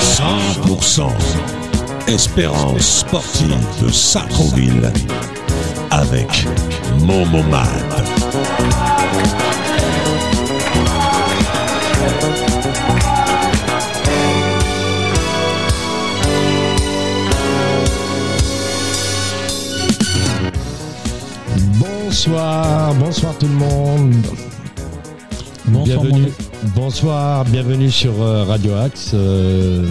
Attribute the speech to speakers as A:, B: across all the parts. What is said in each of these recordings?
A: 100% Espérance sportive de Sacroville avec Momomad.
B: Bonsoir, bonsoir tout le monde.
C: Bonsoir,
B: bienvenue,
C: Manu.
B: bonsoir, bienvenue sur euh, Radio Axe. euh,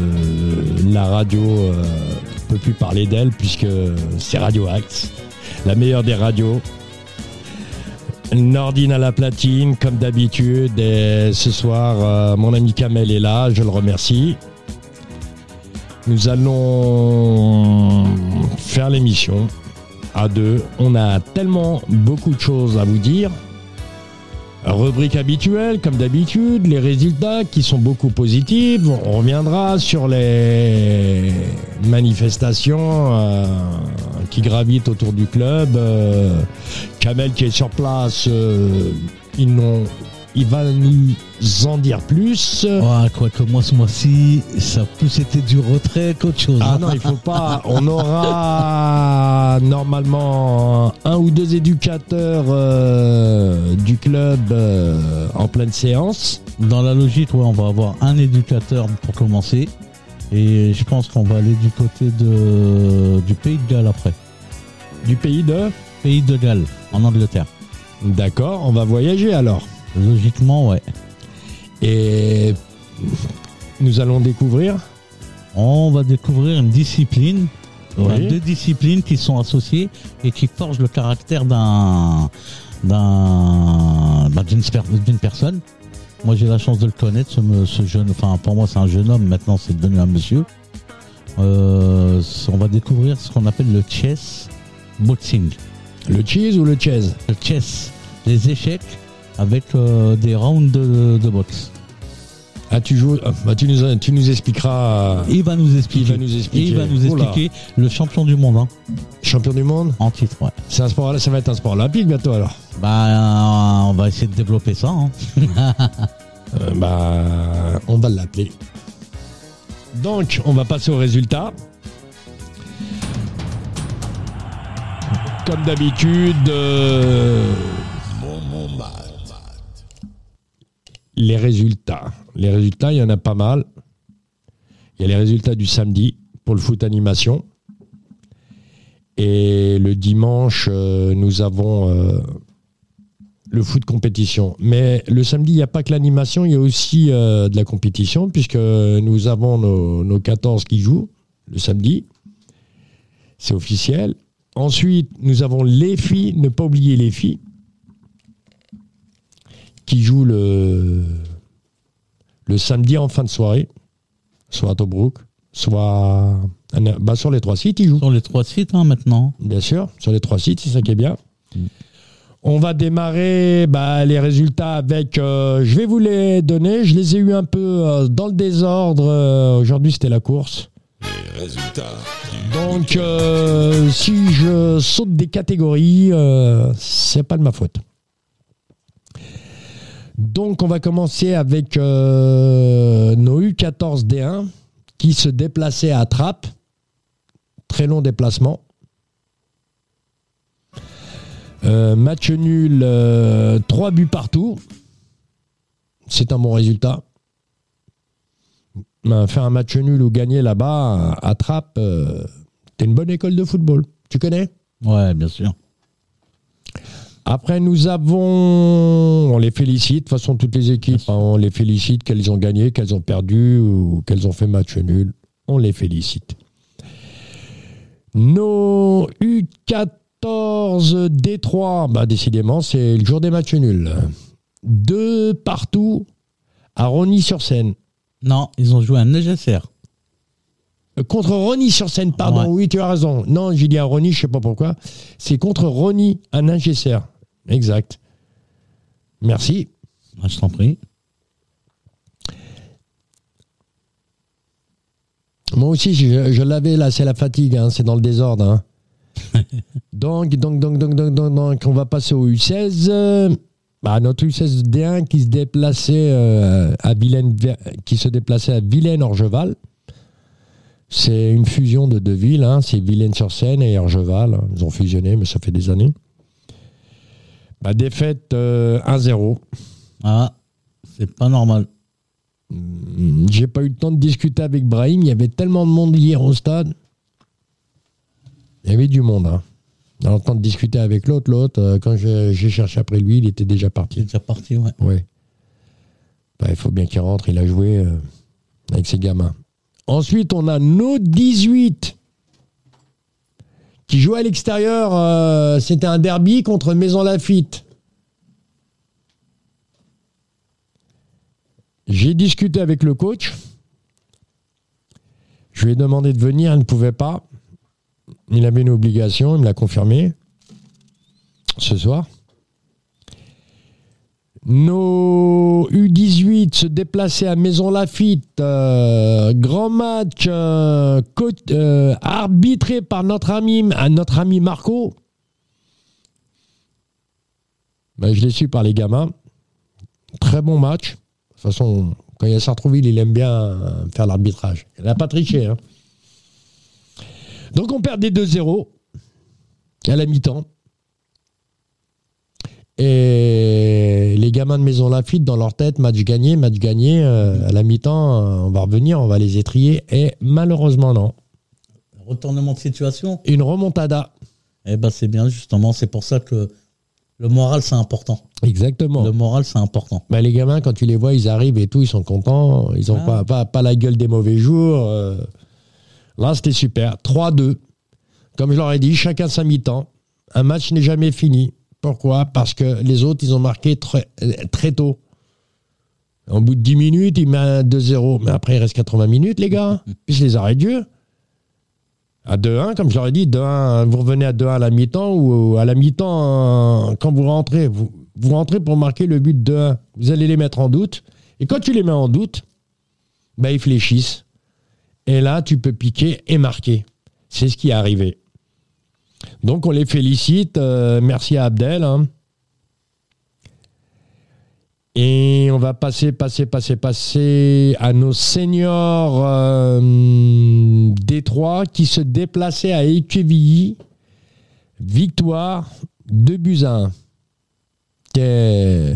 B: la radio euh, ne peut plus parler d'elle puisque c'est Radio Axe, la meilleure des radios. Nordine à la platine, comme d'habitude. Et ce soir, euh, mon ami Kamel est là, je le remercie. Nous allons faire l'émission à deux. On a tellement beaucoup de choses à vous dire. Rubrique habituelle, comme d'habitude, les résultats qui sont beaucoup positifs. On reviendra sur les manifestations euh, qui gravitent autour du club. Euh, Kamel qui est sur place, euh, ils n'ont- il va nous en dire plus.
C: Ouais, quoi que Ah, moi ce mois-ci, ça a plus été du retrait qu'autre chose.
B: Ah non, il faut pas. On aura normalement un ou deux éducateurs euh, du club euh, en pleine séance.
C: Dans la logique, ouais, on va avoir un éducateur pour commencer. Et je pense qu'on va aller du côté de, du pays de Galles après.
B: Du pays de
C: Pays de Galles, en Angleterre.
B: D'accord, on va voyager alors.
C: Logiquement, ouais.
B: Et nous allons découvrir.
C: On va découvrir une discipline, enfin,
B: Oui.
C: deux disciplines qui sont associées et qui forgent le caractère d'un d'un bah, d'une sper- d'une personne. Moi, j'ai la chance de le connaître, ce, me- ce jeune. Enfin, pour moi, c'est un jeune homme. Maintenant, c'est devenu un monsieur. Euh, on va découvrir ce qu'on appelle le chess boxing,
B: Le cheese ou le cheese
C: le chess, les échecs avec euh, des rounds de, de boxe.
B: ah, tu, joues, ah, bah, tu, nous, tu nous expliqueras. euh,
C: Il va nous
B: Il
C: expliquer.
B: va nous expliquer.
C: Il va nous
B: Oula.
C: expliquer le champion du monde hein,
B: Champion du monde
C: en titre. Ouais.
B: C'est un sport, Ça va être un sport olympique bientôt alors.
C: Bah, on va essayer de développer ça. hein.
B: Euh, bah, on va l'appeler. Donc, on va passer aux résultats. Comme d'habitude, euh, les résultats. Les résultats, il y en a pas mal. Il y a les résultats du samedi pour le foot animation. Et le dimanche, euh, nous avons euh, le foot compétition. Mais le samedi, il n'y a pas que l'animation, il y a aussi euh, de la compétition, puisque nous avons nos, nos 14 qui jouent le samedi. C'est officiel. Ensuite, nous avons les filles, ne pas oublier les filles, qui jouent le, le samedi en fin de soirée, soit à Tobruk, soit à Na- bah, sur les trois sites, ils jouent.
C: Sur les trois sites hein, maintenant.
B: Bien sûr, sur les trois sites, c'est ça qui est bien.
C: Mm.
B: On va démarrer bah, les résultats avec. euh, je vais vous les donner. Je les ai eu un peu euh, dans le désordre. Euh, Aujourd'hui, c'était la course.
A: Les résultats
B: Donc, euh, si je saute des catégories, euh, c'est pas de ma faute. Donc, on va commencer avec euh, nos U14D1 qui se déplaçaient à Trappes. Très long déplacement. Euh, match nul, 3 buts partout. C'est un bon résultat. Ben, faire un match nul ou gagner là-bas à Trappes, euh, t'es une bonne école de football. Tu connais
C: Ouais, bien sûr.
B: Après, nous avons. On les félicite. De toute façon, toutes les équipes, hein, on les félicite qu'elles ont gagné, qu'elles ont perdu ou qu'elles ont fait match nul. On les félicite. Nos U14 D3, bah, décidément, c'est le jour des matchs nuls. Deux partout à Rony-sur-Seine.
C: Non, ils ont joué un nécessaire.
B: Contre Ronny sur scène, pardon.
C: Ouais.
B: Oui, tu as raison. Non, j'ai dit à Ronny, je sais pas pourquoi. C'est contre Ronny, un ingéceur. Exact. Merci.
C: Ah, je t'en prie.
B: Moi aussi, je, je l'avais là, c'est la fatigue, hein, c'est dans le désordre. hein. donc, donc, donc, donc, donc, donc, donc, on va passer au U16. euh, bah, notre U16D1 qui se déplaçait euh, à Vilaine, qui se déplaçait à Vilaine-Orgeval. C'est une fusion de deux villes, hein, c'est Vilaine-sur-Seine et Orgeval. Ils ont fusionné, mais ça fait des années. Bah, défaite euh, 1-0.
C: Ah, c'est pas normal.
B: Mm, J'ai pas eu le temps de discuter avec Brahim. Il y avait tellement de monde hier au stade. Il y avait du monde. Hein. Dans le temps de discuter avec l'autre, l'autre, euh, quand je- j'ai cherché après lui, il était déjà
C: C'est
B: parti.
C: déjà parti, ouais.
B: Ouais. Bah, il faut bien qu'il rentre. Il a joué euh, avec ses gamins. Ensuite, on a nos 18 qui jouaient à l'extérieur. euh, C'était un derby contre Maison Lafitte. J'ai discuté avec le coach. Je lui ai demandé de venir, il ne pouvait pas. Il avait une obligation, il me l'a confirmé ce soir. Nos U18 se déplaçaient à Maison Lafitte. euh, grand match euh, co- euh, arbitré par notre ami, à notre ami Marco. Ben, je l'ai su par les gamins. Très bon match. De toute façon, quand il y a Sartrouville, il aime bien euh, faire l'arbitrage. Il n'a pas triché. hein. Donc on perd des 2-0 à la mi-temps. Et les gamins de Maison Lafitte, dans leur tête, match gagné, match gagné, euh, à la mi-temps, euh, on va revenir, on va les étrier. Et malheureusement, non.
C: Retournement de situation
B: Une remontada.
C: Eh ben, c'est bien, justement. C'est pour ça que le moral, c'est important.
B: Exactement.
C: Le moral, c'est important.
B: Bah, les gamins, quand tu les vois, ils arrivent et tout, ils sont contents. Ils ont
C: Ah.
B: pas, pas, pas la gueule des mauvais jours. euh. Là, c'était super. 3-2. Comme je leur ai dit, chacun sa mi-temps. Un match n'est jamais fini. Pourquoi Parce que les autres, ils ont marqué très, euh, très tôt. En bout de 10 minutes, ils mettent un 2-0. Mais après, il reste 80 minutes, les gars. Puis je les arrête Dieu. À 2-1, comme je leur ai dit, 2-1, vous revenez à 2-1 à la mi-temps ou à la mi-temps, euh, quand vous rentrez, vous, vous rentrez pour marquer le but de 1. Vous allez les mettre en doute. Et quand tu les mets en doute, bah, ils fléchissent. Et là, tu peux piquer et marquer. C'est ce qui est arrivé. Donc, on les félicite. euh, merci à Abdel. hein. Et on va passer, passer, passer, passer à nos seniors euh, Détroit qui se déplaçaient à Équevilly. Victoire, 2 buts à 1. T'es-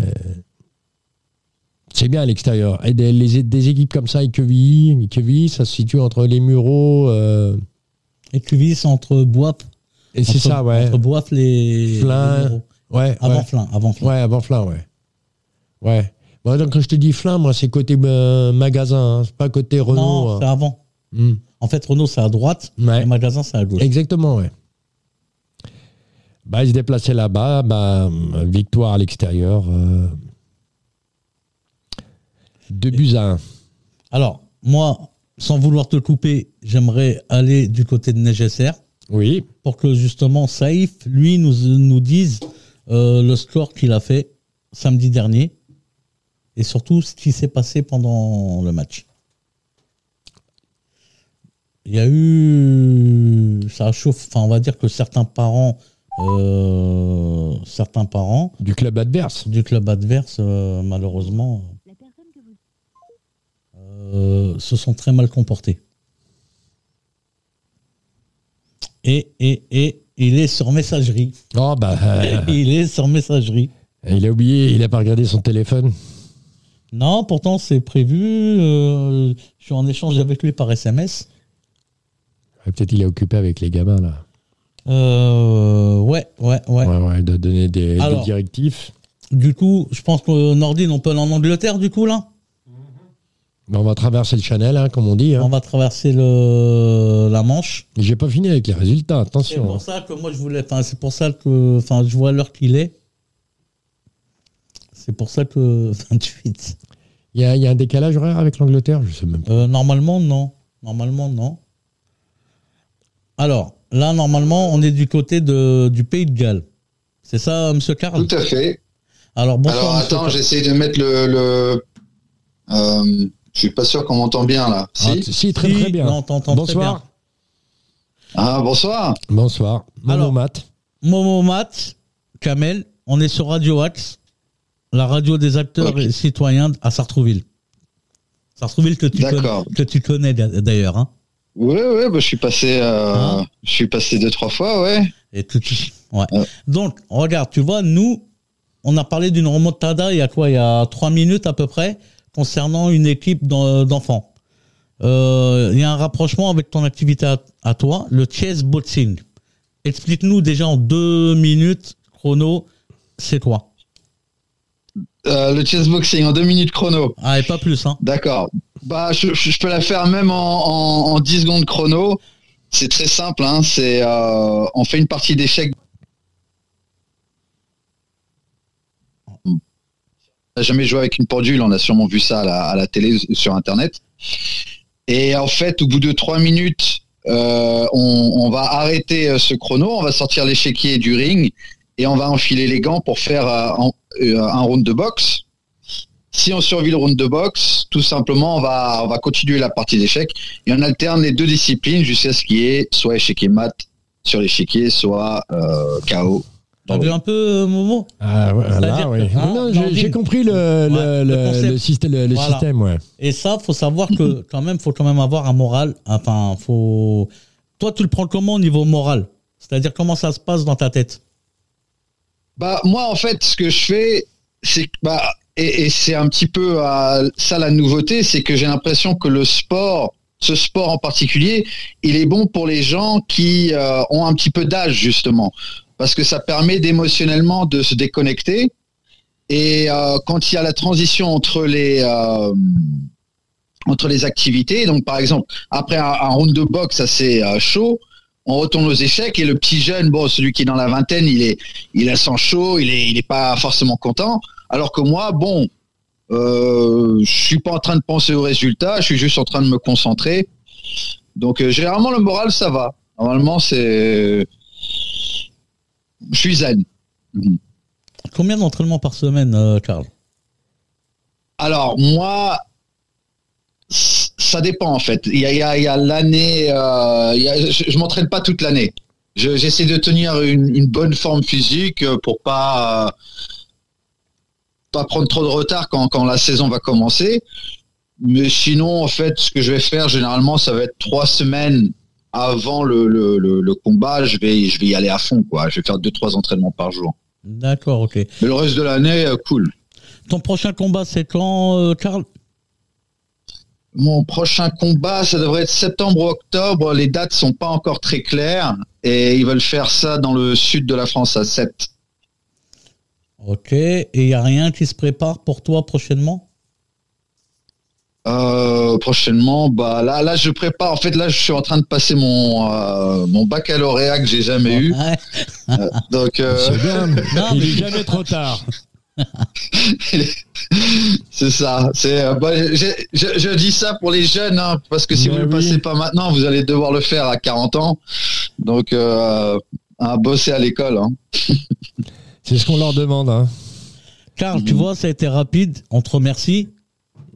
B: C'est bien à l'extérieur. Et des, les- des équipes comme ça, Équevilly, Équevilly, ça se situe entre les Mureaux. euh,
C: Et tu vis entre Boif.
B: et c'est
C: entre-
B: ça, ouais.
C: Entre Boif, les.
B: Flin.
C: les numéros.
B: Ouais,
C: Avant
B: ouais.
C: Flin, avant Flin.
B: Ouais, avant Flin, ouais. Ouais. Bon, donc, quand je te dis Flin, moi, c'est côté euh, magasin, hein. c'est pas côté Renault.
C: non, c'est avant.
B: hein.
C: En fait, Renault, c'est à droite.
B: Mm. Ouais.
C: Le magasin, c'est à gauche.
B: Exactement, ouais. Bah, ils se déplaçaient là-bas, bah, hum, victoire à l'extérieur. euh, Deux buts à un.
C: Alors, moi, sans vouloir te couper, j'aimerais aller du côté de Negesser
B: Oui.
C: pour que justement Saïf, lui, nous, nous dise euh, le score qu'il a fait samedi dernier et surtout ce qui s'est passé pendant le match. Il y a eu. Ça chauffe. Enfin, on va dire que certains parents. euh, certains parents
B: Du club adverse.
C: du club adverse, euh, malheureusement,
D: La personne que vous
C: euh, se sont très mal comportés. Et, et, et il est sur messagerie.
B: Oh, bah, euh,
C: Il est sur messagerie.
B: il a oublié, il a pas regardé son téléphone.
C: Non, pourtant c'est prévu. euh, je suis en échange avec lui par SMS.
B: Ouais, Peut-être il est occupé avec les gamins, là.
C: Euh, ouais, ouais, ouais,
B: Ouais, ouais, il doit donner des, des
C: Alors.
B: directives.
C: Du coup, je pense que Nordine, on peut aller en Angleterre, du coup, là.
B: Mais on va traverser le Chanel, hein, comme on dit. hein.
C: On va traverser le, la Manche.
B: Et J'ai pas fini avec les résultats,
C: C'est
B: attention. hein.
C: pour ça que moi je voulais. Enfin, c'est pour ça que. Enfin, je vois l'heure qu'il est. C'est pour ça que. 28.
B: Il y, a- il y a un décalage horaire avec l'Angleterre, je sais même pas.
C: Euh, normalement, non. Normalement, non. Alors, là, normalement, on est du côté de, du pays de Galles. C'est ça, monsieur Karl
E: Tout à fait.
C: Alors bonsoir.
D: Alors
C: monsieur
D: attends,
C: Cap-
D: j'essaye de mettre le. le... Euh, je suis pas sûr qu'on m'entend bien là.
B: Ah,
D: Si
B: t- si, très
C: Si,
B: très bien.
C: non, t'entends très
B: Bonsoir.
C: bien.
D: ah, bonsoir.
B: Bonsoir. Mono
C: Alors-
B: Mat.
C: Momo Mat, Kamel, on est sur Radio Axe, la radio des acteurs
D: Ok.
C: et citoyens à Sartrouville. Sartrouville que tu connais,
D: D'accord.
C: que tu connais d'ailleurs. Hein.
D: Ouais, ouais, bah, je suis passé, euh,
C: Hein
D: je suis passé deux trois fois, ouais.
C: Et tout, tout- ouais.
D: Ouais.
C: Donc, regarde, tu vois, nous, on a parlé d'une remontada il y a quoi Il y a trois minutes à peu près, concernant une équipe d'en- d'enfants. Euh, il y a un rapprochement avec ton activité à, à toi, le chess boxing. Explique-nous déjà en deux minutes, chrono, c'est quoi
D: Euh, le chessboxing en deux minutes chrono.
C: Ah, et pas plus, hein
D: D'accord. Bah, je, je- je peux la faire même en, en, en 10 secondes chrono. C'est très simple. Hein. C'est, euh, on fait une partie d'échecs. On n'a jamais joué avec une pendule. On a sûrement vu ça à la, à la télé sur Internet. Et en fait, au bout de 3 minutes, euh, on, on va arrêter euh, ce chrono. On va sortir l'échiquier du ring et on va enfiler les gants pour faire euh, en- euh, un round de boxe. Si on survit le round de boxe, tout simplement, on va, on va continuer la partie d'échecs et on alterne les deux disciplines jusqu'à ce qu'il y ait soit échec et mat sur l'échiquier, soit euh, KO.
C: T'as vu un peu, euh, Momo
B: Ah, ouais,
C: C'est-à-dire
B: là,
C: que-
B: oui.
C: hein,
B: Non,
C: Nordine.
B: j'ai- J'ai compris le,
C: Ouais,
B: le,
C: le
B: le-
C: concept.
B: le système, le, le
C: Voilà.
B: système, ouais.
C: Et ça, faut savoir que quand même, faut quand même avoir un moral. Enfin, faut. Toi, tu le prends comment au niveau moral C'est-à-dire comment ça se passe dans ta tête
D: Bah, moi, en fait, ce que je fais, c'est que, bah, et, et c'est un petit peu euh, ça la nouveauté, c'est que j'ai l'impression que le sport, ce sport en particulier, il est bon pour les gens qui euh, ont un petit peu d'âge, justement, parce que ça permet d'émotionnellement de se déconnecter. Et euh, quand il y a la transition entre les, euh, entre les activités, donc par exemple, après un, un round de boxe assez euh, chaud, on retourne aux échecs et le petit jeune, bon, celui qui est dans la vingtaine, il est, il a sang chaud, il est, il est pas forcément content. Alors que moi, bon, euh, je suis pas en train de penser au résultat, je suis juste en train de me concentrer. Donc euh, généralement le moral ça va. Normalement c'est, je suis zen.
C: Combien d'entraînements par semaine, euh, Karl
D: Alors moi, c- ça dépend en fait. Il y a, il y a- il y a l'année, euh, il y a- je, je m'entraîne pas toute l'année. Je- J'essaie de tenir une, une bonne forme physique euh, pour pas euh, pas prendre trop de retard quand, quand la saison va commencer. Mais sinon, en fait, ce que je vais faire généralement, ça va être trois semaines avant le, le- le- le combat. Je vais je vais y aller à fond quoi. Je vais faire deux trois entraînements par jour.
C: D'accord, ok.
D: Mais le reste de l'année, euh, cool.
C: Ton prochain combat, c'est quand, euh, Karl
D: Mon prochain combat, ça devrait être septembre ou octobre. Les dates sont pas encore très claires et ils veulent faire ça dans le sud de la France à 7.
C: Ok. Et il n'y a rien qui se prépare pour toi prochainement
D: Euh, prochainement, bah là, là, je prépare. En fait, là, je suis en train de passer mon euh, mon baccalauréat que j'ai jamais eu.
C: Ouais.
D: Donc, euh,
B: C'est bien.
C: Non,
B: Il
C: mais-
B: est jamais trop tard.
D: c'est ça. C'est euh, bah, j'ai- je, je dis ça pour les jeunes, hein, parce que si
B: Bah
D: vous ne
B: oui.
D: le passez pas maintenant, vous allez devoir le faire à 40 ans. Donc, euh, à bosser à l'école. Hein.
B: C'est ce qu'on leur demande. hein.
C: Karl, tu vois, ça a été rapide. On te remercie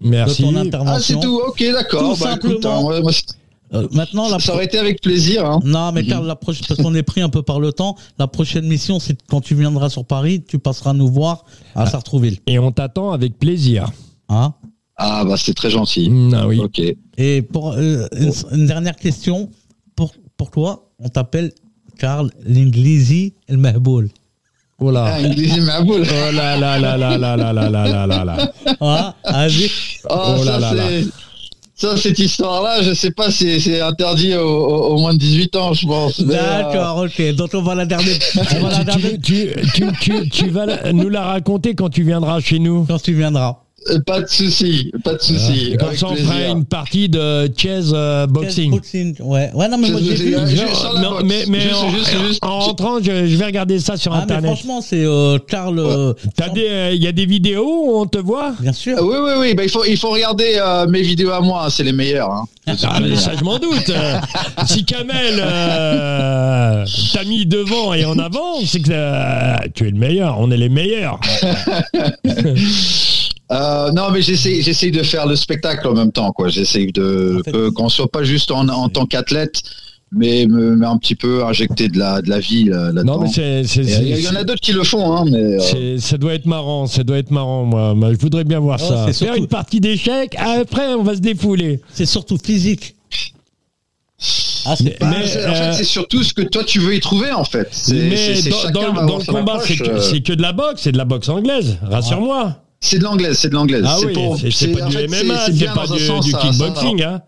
B: Merci.
C: de ton
D: Ah, c'est
C: intervention.
D: tout. Ok, d'accord.
C: Tout
D: Bah, écoute,
C: simplement.
D: hein, ouais, moi, c'est-
C: Euh, maintenant, la
D: Ça aurait été avec plaisir. Hein.
C: Non, mais Karl, la prochaine, parce qu'on est pris un peu par le temps, la prochaine mission, c'est quand tu viendras sur Paris, tu passeras nous voir à Sartrouville.
B: Et on t'attend avec plaisir.
C: Hein
D: Ah bah c'est très gentil.
B: Mm, Ah oui.
D: Ok.
C: Et pour euh, une, une dernière question, pour, pour toi, on t'appelle Karl l'Inglisi El Mahboul.
B: Oh là.
D: Ah, Inglis ma boule.
B: Oh là là là là là là là là là là là.
C: Ah, ah oui.
D: Oh,
B: Oh là
D: ça,
B: là là.
D: c'est- ça, cette histoire-là, je sais pas si c'est interdit au, au- au moins de 18 ans, je pense. mais, euh,
C: D'accord, ok. Donc on va la dernière. On va la
B: Tu,
C: dernière
B: tu, tu, tu- tu vas la- nous la raconter quand tu viendras chez nous.
C: quand tu viendras.
D: euh, Pas de souci, pas de souci.
B: Ah, Comme
D: avec
B: ça, on
D: plaisir.
B: ferait une partie de chess euh, boxing.
C: Boxing, Ouais, ouais, non, mais
D: Je
C: moi
D: vous
C: j'ai
D: ai
C: vu.
D: dit,
B: Je-
D: Juste sur la
B: non,
D: boxe.
B: mais mais
D: Juste,
B: en,
D: juste, juste.
B: en rentrant, je, je vais regarder ça sur
C: Ah, mais
B: Internet.
C: franchement, c'est euh, Karl. euh,
B: T'as des, euh, Il y a des vidéos où on te voit
C: Bien sûr.
D: Oui, oui, oui. Bah, il, faut, il faut regarder euh, mes vidéos à moi, hein, c'est les meilleures. hein.
B: Ah, mais ça, je m'en doute. Euh, si Kamel euh, t'a mis devant et en avant, c'est que euh, tu es le meilleur. On est les meilleurs.
D: Euh, non, mais j'essaie j'essaie de faire le spectacle en même temps. quoi. J'essaie de
C: En fait,
D: que- qu'on soit pas juste en, en tant qu'athlète, mais, me- mais un petit peu injecter de la, de la vie là-
B: Non,
D: là-dedans.
B: mais c'est. c'est-
D: Et Il y, en a d'autres qui le font, hein, mais euh,
B: c'est- ça doit être marrant, ça doit être marrant, moi. Moi, je voudrais bien voir
C: Oh,
B: ça.
C: c'est
B: Faire
C: surtout-
B: une partie d'échecs, après on va se défouler.
C: C'est surtout physique. Ah, c'est
D: bah,
C: pas.
B: mais,
D: c'est- en fait,
B: euh,
D: c'est surtout ce que toi tu veux y trouver en fait. C'est-
B: Mais
D: C'est c'est
B: dans,
D: chacun
B: dans-
D: va
B: dans
D: avoir
B: le
D: son
B: combat,
D: approche,
B: c'est que,
D: euh.
B: c'est que de la boxe, c'est de la boxe anglaise, rassure-moi.
D: C'est de l'anglaise, c'est de l'anglaise.
B: Ah oui,
D: pour-
B: c'est- c'est pas
D: en
B: du
D: fait,
B: MMA,
D: c'est- c'est
B: c'est
D: bien
B: pas
D: dans un
B: du,
D: sens,
B: du
D: ça- ça va.
B: kickboxing. hein.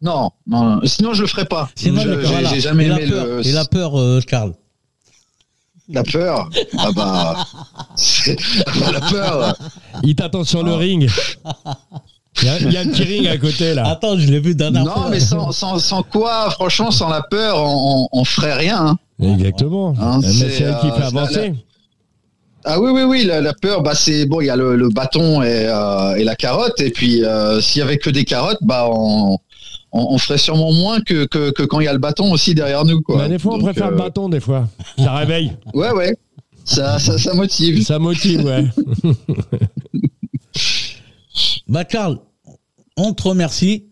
D: Non, non, non. sinon je le ferais pas.
C: C'est moi
D: Je-
C: le
D: j'ai-
C: voilà.
D: J'ai jamais
C: Et la
D: aimé
C: peur,
D: le,
C: Et la peur, euh, Karl.
D: la peur. Ah bah, c'est- la peur.
B: Il t'attend sur le
D: Ah.
B: ring. Il y, a- il y a un petit ring à côté là.
C: Attends, je l'ai vu d'un
D: Ah. Non, mais sans, sans, sans quoi, franchement, sans la peur, on, on, on ferait rien. hein.
B: Exactement.
D: Hein,
B: Mais
D: c'est,
B: c'est elle qui
D: euh,
B: fait
D: c'est
B: avancer.
D: Ah oui, oui, oui, la, la peur, bah c'est bon, il y a le, le bâton et, euh, et la carotte, et puis euh, s'il y avait que des carottes, bah on, on, on ferait sûrement moins que, que, que quand il y a le bâton aussi derrière nous. Quoi.
B: Mais des fois, on
D: Donc,
B: préfère
D: euh,
B: le bâton, des fois. Ça réveille.
D: Ouais, ouais, ça, ça, ça motive.
B: Ça motive, ouais.
C: Bah, Karl, on te remercie.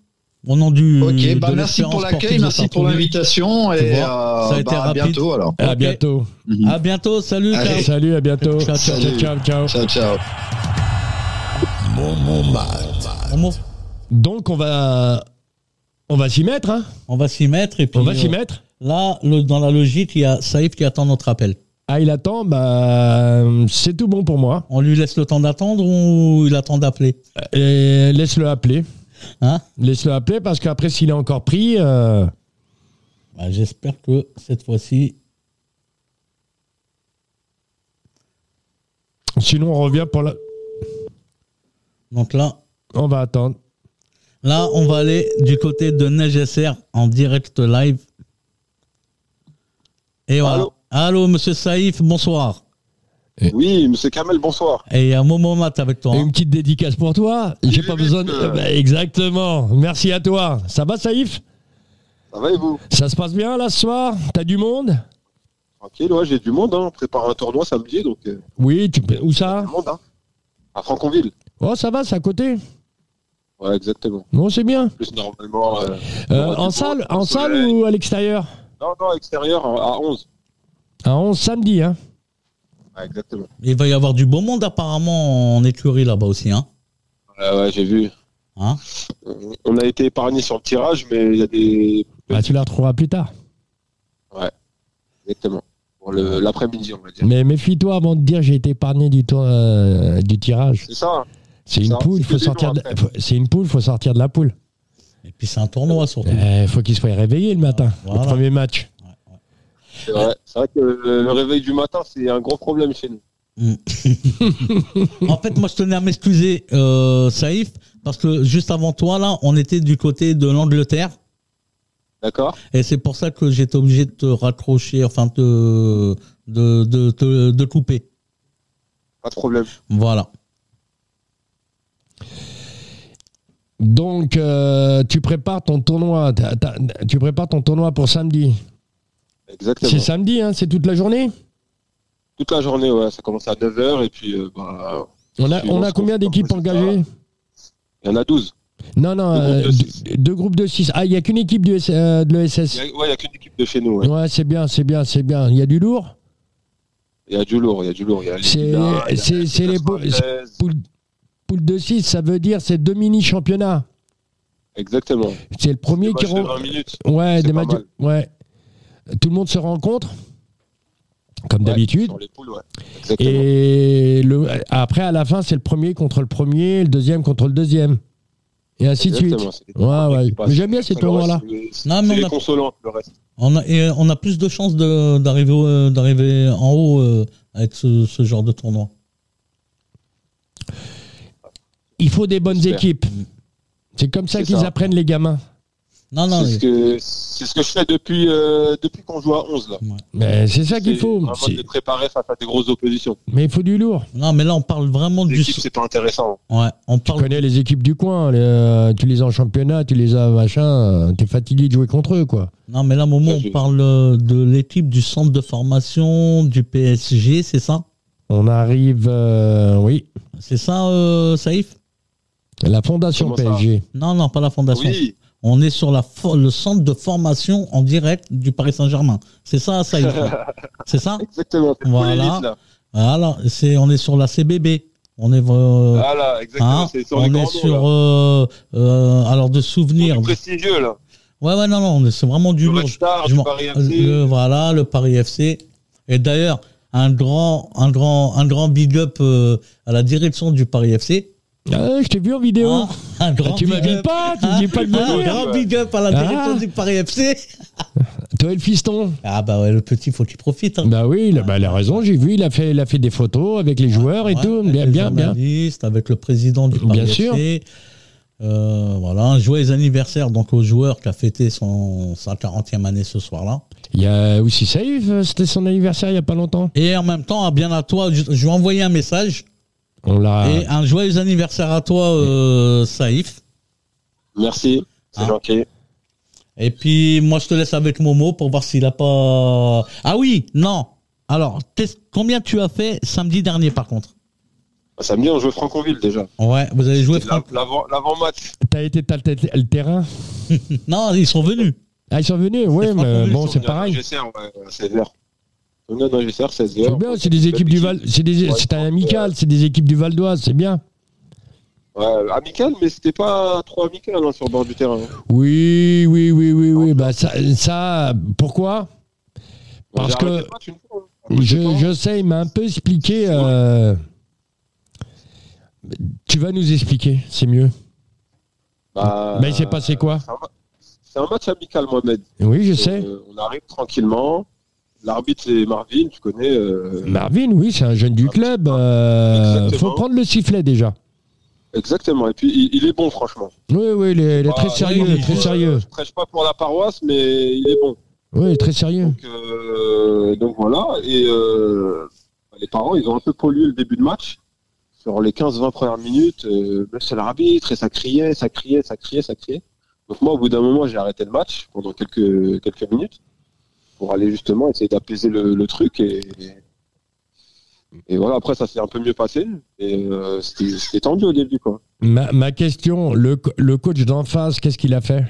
C: Au nom du.
D: Ok, bah
C: Hmm, de
D: merci pour
C: l'espérance
D: l'accueil,
C: sportive
D: merci
C: de
D: pour
C: Sartrouville.
D: l'invitation, et
C: vois,
D: euh,
C: ça a été
D: bah, à
C: rapide.
D: bientôt alors.
B: À
C: Ok.
B: bientôt.
C: À bientôt, salut,
D: Allez.
C: Karl.
B: Salut, à bientôt.
C: Ciao, ciao,
B: ciao, ciao, ciao.
D: Ciao, ciao.
A: Momomat.
C: Momo,
B: Donc, on va, on va s'y mettre. Hein
C: On va s'y mettre. Et puis,
B: on va s'y
C: euh,
B: mettre.
C: Là, le- dans la logique, il y a Saïf qui attend notre appel.
B: Ah, il attend. Bah, c'est tout bon pour moi.
C: On lui laisse le temps d'attendre ou il attend d'appeler
B: Et laisse-le appeler.
C: hein
B: Laisse-le appeler parce qu'après, s'il est encore pris, euh,
C: Bah, J'espère que cette fois-ci.
B: sinon, on revient pour la.
C: Donc là,
B: On va attendre.
C: là, on va aller du côté de Neige SR en direct live. Et voilà. Allô,
E: Allô
C: monsieur Saïf, bonsoir.
E: Oui, Monsieur Kamel, bonsoir.
C: Et il y a Momo Mat avec toi.
B: Et
C: hein.
B: une petite dédicace pour toi. J'ai pas besoin. de-
E: Euh.
B: Bah, exactement. Merci à toi. Ça va, Saïf
E: Ça va et vous
B: Ça se passe bien là ce soir T'as du monde
E: Tranquille, ouais, j'ai du monde. Hein. On prépare un tournoi samedi, donc euh,
B: Oui, tu peux- où ça
E: du monde. Hein. À Franconville.
B: Oh, ça va, c'est à côté.
E: Ouais, exactement.
B: Non, c'est bien.
E: Plus normalement. euh,
B: Euh,
E: Ouais,
B: en
E: du
B: salle,
E: monde,
B: en
E: au
B: salle
E: soleil.
B: ou à l'extérieur
E: Non, non, extérieur à à 11.
B: À 11 samedi, hein.
E: Ouais, exactement.
C: Il va y avoir du beau monde apparemment en écurie là-bas aussi. Hein
E: Ouais, ouais, j'ai vu.
C: Hein
E: On- On a été épargné sur le tirage, mais il y a des.
B: Bah, tu la retrouveras plus tard.
E: Exactement. Pour le- l'après-midi, on va dire.
B: Mais méfie-toi avant de dire j'ai été épargné du, tour- euh, du tirage.
E: C'est ça. hein.
B: C'est une
E: Ça,
B: poule,
E: c'est
B: faut
E: que des
B: sortir.
E: noms
B: de-
E: après.
B: faut- C'est une poule, faut sortir de la poule.
C: Et puis c'est un tournoi surtout.
B: Euh, faut qu'il soit réveillé le matin,
C: Voilà.
B: le premier match.
E: C'est vrai. C'est vrai que euh, le réveil du matin, c'est un gros problème chez nous.
C: En fait, moi, je tenais à m'excuser, euh, Saïf, parce que juste avant toi, là, on était du côté de l'Angleterre.
E: D'accord
C: Et c'est pour ça que j'étais obligé de te raccrocher, enfin, te, de, de, te- de couper.
E: Pas de problème.
C: Voilà.
B: Donc, euh, tu prépares ton tournoi. t'as- t'as- tu prépares ton tournoi pour samedi. C'est
E: Exactement.
B: samedi, hein, c'est toute la journée.
E: Toute la journée, ouais. Ça commence à 9h et puis, euh, bah,
B: On a,
E: Puis
B: on
E: on
B: a
E: se
B: combien
E: retrouve
B: d'équipes
E: comme ça.
B: engagées
E: il y en a 12.
B: Non, non,
E: Deux
B: euh,
E: groupes de six.
B: deux deux groupes de 6. Ah, il n'y a qu'une équipe du S- euh, de
E: Il
B: l'ESS.
E: y a- ouais, il y a qu'une équipe de chez nous. ouais.
B: Ouais, c'est bien, c'est bien, c'est bien. Il y a du lourd
E: Il y a du lourd, il y a du lourd. Il y a les
B: C'est-
E: Lilas, il y a
B: c'est-
E: les
B: c'est les beaux-
E: 93.
B: Poule, poule de 6, ça veut dire c'est deux mini-championnats.
E: Exactement.
B: C'est le premier
E: Des
B: qui
E: matchs de
B: rend.
E: 20 minutes.
B: Ouais,
E: C'est
B: des
E: pas
B: matchs. de- Ouais. Tout le monde se rencontre, comme
E: Ouais,
B: d'habitude.
E: Sur les poules, ouais. Exactement.
B: Et le, après, à la fin, c'est le premier contre le premier, le deuxième contre le deuxième. Et ainsi de suite.
E: Exactement, c'est les
B: Ouais,
E: premiers
B: ouais.
E: qui passent.
B: Mais j'aime bien ces
E: Après, le
B: tournois-là.
E: reste, C'est
C: Non,
E: c'est
C: mais on
E: les
C: a-
E: consolants, le reste.
C: On a, et on a plus de chances de- d'arriver au- d'arriver euh, en haut euh, avec ce, ce genre de tournoi.
B: il faut des bonnes
E: J'espère.
B: équipes. C'est comme ça
E: C'est
B: qu'ils
E: ça.
B: apprennent les gamins.
C: Non, Ah, non,
E: C'est ce
C: mais-
E: que c'est ce que je fais depuis euh, depuis qu'on joue à 11 là.
B: Mais c'est ça qu'il
E: C'est
B: faut.
E: Vraiment
B: C'est-
E: de les préparer face à des grosses oppositions.
B: Mais il faut du lourd.
C: non, mais là, on parle vraiment du.
E: L'équipe c'est pas intéressant.
C: Ouais, on
B: Tu
C: parle.
B: connais les équipes du coin, les, euh, tu les as en championnat, tu les as machin, euh, t'es fatigué de jouer contre eux quoi.
C: Non, mais là, au moment,
E: Ouais,
C: on
E: je-
C: parle euh, de l'équipe du centre de formation du PSG, c'est ça
B: On arrive, euh, oui,
C: C'est ça, euh, Saïf
B: la fondation
E: Comment ça
B: PSG.
C: Non, non, pas la fondation.
E: Oui,
C: On est sur la fo- le centre de formation en direct du Paris Saint-Germain. C'est ça, Saïf C'est ça
E: exactement. C'est
C: Voilà.
E: pour l'élite, là.
C: Voilà, Ah, c'est on est sur la CBB. On est euh,
E: Voilà, Ah, exactement.
C: hein,
E: c'est sur les
C: on
E: grands
C: est
E: noms, là.
C: sur euh, euh, alors de
E: Du
C: souvenirs.
E: prestigieux là.
C: Ouais, ouais, non, non, on est- c'est vraiment du
E: Du
C: lourd.
E: Red Star,
C: Je
E: du
C: m'en- euh,
E: Paris
C: Le,
E: FC.
C: voilà, le Paris FC. Et d'ailleurs, un grand, un grand, un grand big up euh, à la direction du Paris FC.
B: Ah, je t'ai vu en vidéo.
C: Hein, un
B: Ah,
C: grand
B: tu
C: big
B: m'habilles
C: up.
B: pas, tu
C: Hein,
B: me dis pas de
C: un
B: venir.
C: grand big up à la
B: Ah.
C: direction du Paris FC.
B: Toi et le fiston.
C: Ah bah ouais, le petit, faut qu'il profite. Hein.
B: Bah oui, il a, bah, il a raison, j'ai vu, il a fait, il a fait des photos avec les joueurs et
C: Ouais,
B: tout.
C: avec
B: Bien,
C: les
B: bien, bien.
C: journalistes, Avec le président du Paris
B: Bien
C: FC.
B: sûr.
C: Euh, voilà, un joyeux anniversaire donc au joueur qui a fêté son, sa 40e année ce soir-là.
B: Il y a aussi Saïf, euh, c'était son anniversaire il y a pas longtemps.
C: Et en même temps, ah, bien à toi, je, je vais envoyer un message.
B: On l'a.
C: Et un joyeux anniversaire à toi, euh, Saïf.
E: Merci, c'est
C: Ah.
E: gentil.
C: Et puis, moi, je te laisse avec Momo pour voir s'il a pas. Ah oui, non. Alors, qu'est-ce- combien tu as fait samedi dernier, par contre
E: Samedi, on joue Franconville déjà.
C: Ouais, vous avez joué. Franck
E: L'avant- L'avant-match.
B: T'as été tâter le terrain.
C: Non, ils sont venus.
B: Ah, ils sont venus, oui,
C: Franck
B: mais
C: Moulin,
B: bon,
E: Ils sont
B: c'est
E: venus à
B: pareil.
E: NGSR, ouais, à 16h. On est dans NGSR, 16h.
B: C'est bien, c'est des équipes du Val, c'est des,
E: Ouais,
B: c'est un
E: donc,
B: amical, c'est des équipes du Val d'Oise, c'est bien.
E: Ouais, amical, mais c'était pas trop amical hein, sur le bord du terrain. hein.
B: Oui, oui, oui, oui, oui. Bah ça, ça pourquoi Parce
E: J'ai arrêté
B: que
E: le match une fois, hein.
B: je, je sais, il m'a un peu expliqué. euh, Tu vas nous expliquer, c'est mieux.
E: Bah,
B: Mais il s'est passé quoi
E: c'est un ma- C'est un match amical, Mohamed.
B: Oui, je sais.
E: Euh, on arrive tranquillement. L'arbitre, c'est Marvin, tu connais. euh,
B: Marvin, oui, c'est un jeune du club. euh,
E: Exactement.
B: faut prendre le sifflet déjà.
E: Exactement. Et puis, il, il est bon, franchement.
B: Oui, oui, il est, il est très
E: Ah,
B: sérieux,
C: oui,
B: très
E: euh,
B: sérieux.
E: Je prêche pas pour la paroisse, mais il est bon.
B: Oui, très sérieux.
E: Donc, euh, donc voilà, et euh, les parents, ils ont un peu pollué le début de match. Sur les 15-20 premières minutes, euh, mais c'est l'arbitre, et ça criait, ça criait, ça criait, ça criait. Donc moi, au bout d'un moment, j'ai arrêté le match pendant quelques, quelques minutes pour aller justement essayer d'apaiser le, le truc. Et, et voilà, après, ça s'est un peu mieux passé. Et euh, c'était c'était tendu au début, quoi.
B: Ma, ma question, le, co- le coach d'en face, qu'est-ce qu'il a fait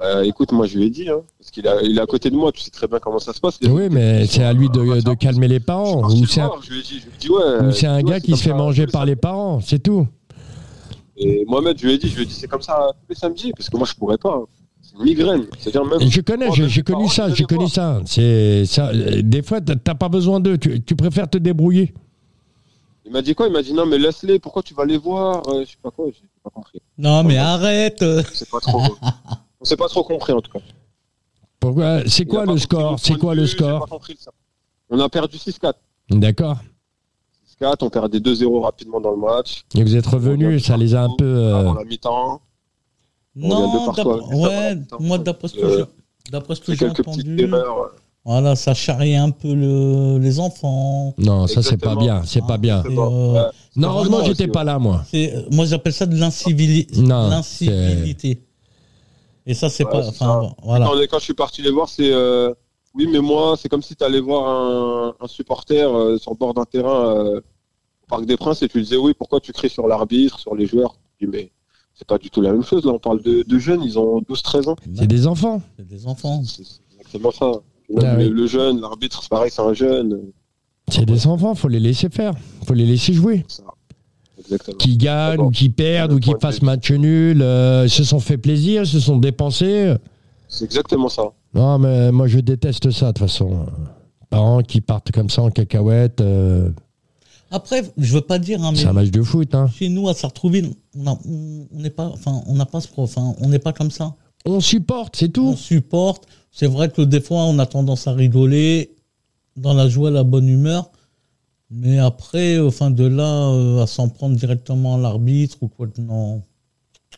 E: Euh, écoute, moi, je lui ai dit, hein, parce qu'il a- il est à côté de moi, tu sais très bien comment ça se passe. les
B: Oui, mais c'est à lui de, de calmer les
E: Je suis
B: parents. Ou
E: parti le
B: Oh, c'est un,
E: voir, je lui ai dit- je lui ai dit, ouais,
B: ou c'est un
E: tu vois,
B: gars
E: c'est
B: qui
E: comme
B: se fait
E: ça,
B: manger
E: tous
B: par
E: les
B: les parents, c'est tout.
E: samedis. Et Mohamed, je lui ai dit, je lui ai dit, c'est comme ça euh, tous les samedis, parce que moi je pourrais pas. hein. C'est une migraine. C'est-à-dire même.
B: Je connais,
E: Oh,
B: j'ai
E: mais
B: j'ai
E: les
B: connu
E: parents,
B: ça,
E: ils
B: j'ai
E: devaient
B: connu
E: voir.
B: ça. C'est ça. euh, Des fois, t'as- t'as pas besoin d'eux, tu, tu préfères te débrouiller.
E: Il m'a dit quoi Il m'a dit non, mais laisse-les. Pourquoi tu vas les voir Euh, Je sais pas quoi. J'ai pas compris.
C: Non, mais arrête. euh.
E: C'est pas trop. On s'est pas trop compris en tout cas.
B: Pourquoi C'est
E: Il
B: quoi
E: a pas
B: le
E: compris mon
B: score
E: point
B: C'est
E: de
B: quoi
E: vue,
B: le
E: j'ai pas
B: score
E: compris ça. On a perdu 6-4.
B: D'accord.
E: 6-4, on perdait 2-0 rapidement dans le match.
B: Et vous êtes revenus, ça les a un peu. euh,
E: Avant la mi-temps. On vient de
C: Non,
E: par
C: d'ap-
E: toi,
C: ouais,
E: ça va,
C: moi
E: putain.
C: d'après ce que
E: Euh,
C: j'ai- d'après ce que
E: C'est
C: j'ai
E: quelques petites
C: entendu,
E: erreurs. euh,
C: voilà, ça charrie un peu le, les enfants.
B: Non, ça c'est pas
E: Exactement.
B: bien, c'est pas
C: Ah,
B: bien.
E: c'est
C: Et,
E: bon.
C: euh,
E: Ouais.
B: Non, heureusement,
E: vraiment
B: j'étais
E: aussi,
B: pas là, moi.
C: c'est- euh, moi j'appelle ça de l'incivili-
B: Non,
C: l'incivilité. Et ça c'est
E: Ouais,
C: pas,
E: c'est
C: enfin voilà.
E: Attendez, quand je suis parti les voir, c'est euh, oui, mais moi, c'est comme si tu allais voir un, un supporter euh, sur le bord d'un terrain euh, au Parc des Princes et tu lui disais oui, pourquoi tu cries sur l'arbitre, sur les joueurs Je dis, mais c'est pas du tout la même chose. Là, on parle de, de jeunes, ils ont 12-13 ans.
B: C'est des enfants.
C: C'est des enfants.
E: C'est c'est exactement ça.
B: Ah
E: le,
B: oui.
E: le jeune, l'arbitre, c'est pareil, c'est un jeune.
B: C'est des enfants, faut les laisser faire, faut les laisser jouer.
E: Ça. Exactement.
B: Qui gagnent
E: D'accord.
B: ou qui perdent
E: Le
B: ou qui
E: point de
B: fassent
E: vue.
B: match nul, euh, se sont fait plaisir, se sont dépensés.
E: C'est exactement ça.
B: Non, mais moi je déteste ça de toute façon. Parents qui partent comme ça en cacahuète, euh,
C: Après, je veux pas dire hein, mais
B: c'est un match de foot. Hein.
C: chez nous à Sartrouville, on a- on on n'est pas, enfin on n'a pas ce pro- enfin on n'est pas comme ça.
B: On supporte, c'est
C: on
B: tout.
C: supporte. C'est vrai que des fois, on a tendance à rigoler dans la joie, la bonne humeur. Mais après, enfin de là euh, à s'en prendre directement à l'arbitre ou quoi, non.